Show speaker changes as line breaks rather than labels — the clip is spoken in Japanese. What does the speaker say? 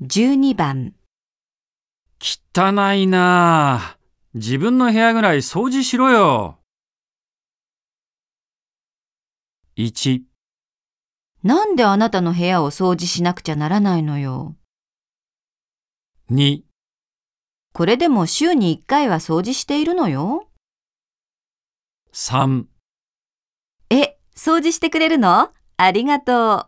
12番、
汚いなあ自分の部屋ぐらい掃除しろよ。1、
なんであなたの部屋を掃除しなくちゃならないのよ。
2、
これでも週に1回は掃除しているのよ。
3。
え、掃除してくれるのありがとう。